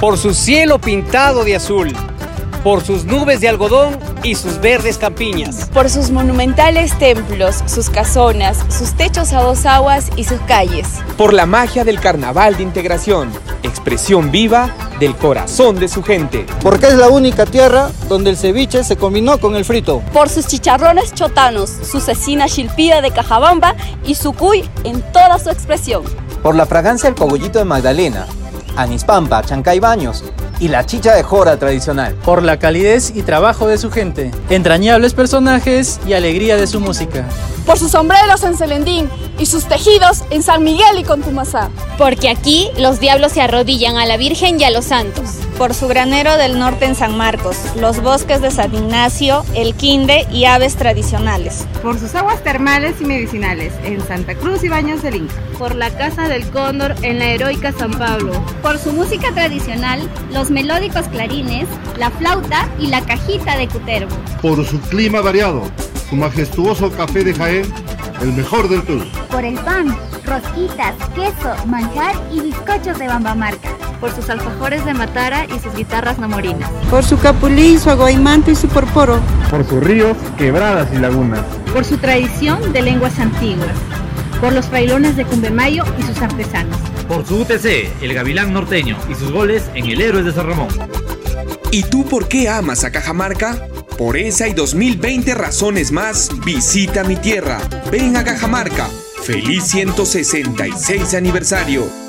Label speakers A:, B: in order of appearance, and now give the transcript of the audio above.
A: por su cielo pintado de azul, por sus nubes de algodón y sus verdes campiñas.
B: Por sus monumentales templos, sus casonas, sus techos a dos aguas y sus calles.
C: Por la magia del carnaval de integración, expresión viva del corazón de su gente.
D: Porque es la única tierra donde el ceviche se combinó con el frito.
E: Por sus chicharrones chotanos, su cecina chilpida de Cajabamba y su cuy en toda su expresión.
F: Por la fragancia del cogollito de Magdalena, Anispampa, Chancay Baños y la chicha de jora tradicional.
G: Por la calidez y trabajo de su gente, entrañables personajes y alegría de su música.
H: Por sus sombreros en Celendín y sus tejidos en San Miguel y Contumazá.
I: Porque aquí los diablos se arrodillan a la Virgen y a los santos.
J: Por su granero del norte en San Marcos, los bosques de San Ignacio, el Quinde y aves tradicionales.
K: Por sus aguas termales y medicinales en Santa Cruz y Baños del Inca.
L: Por la Casa del Cóndor en la heroica San Pablo.
M: Por su música tradicional, los melódicos clarines, la flauta y la cajita de Cutervo.
N: Por su clima variado, su majestuoso café de Jaén, el mejor del Perú.
O: Por el pan, rosquitas, queso, manjar y bizcochos de Bambamarca.
P: Por sus alfajores de Matara y sus guitarras namorinas.
Q: Por su capulí, su aguaymanto y su porporo.
R: Por sus ríos, quebradas y lagunas.
S: Por su tradición de lenguas antiguas. Por los bailones de Cumbemayo y sus artesanos
T: por su UTC, el Gavilán Norteño y sus goles en el Héroes de San Ramón.
C: ¿Y tú por qué amas a Cajamarca? Por esa y 2020 razones más, visita mi tierra. Ven a Cajamarca. Feliz 166 aniversario.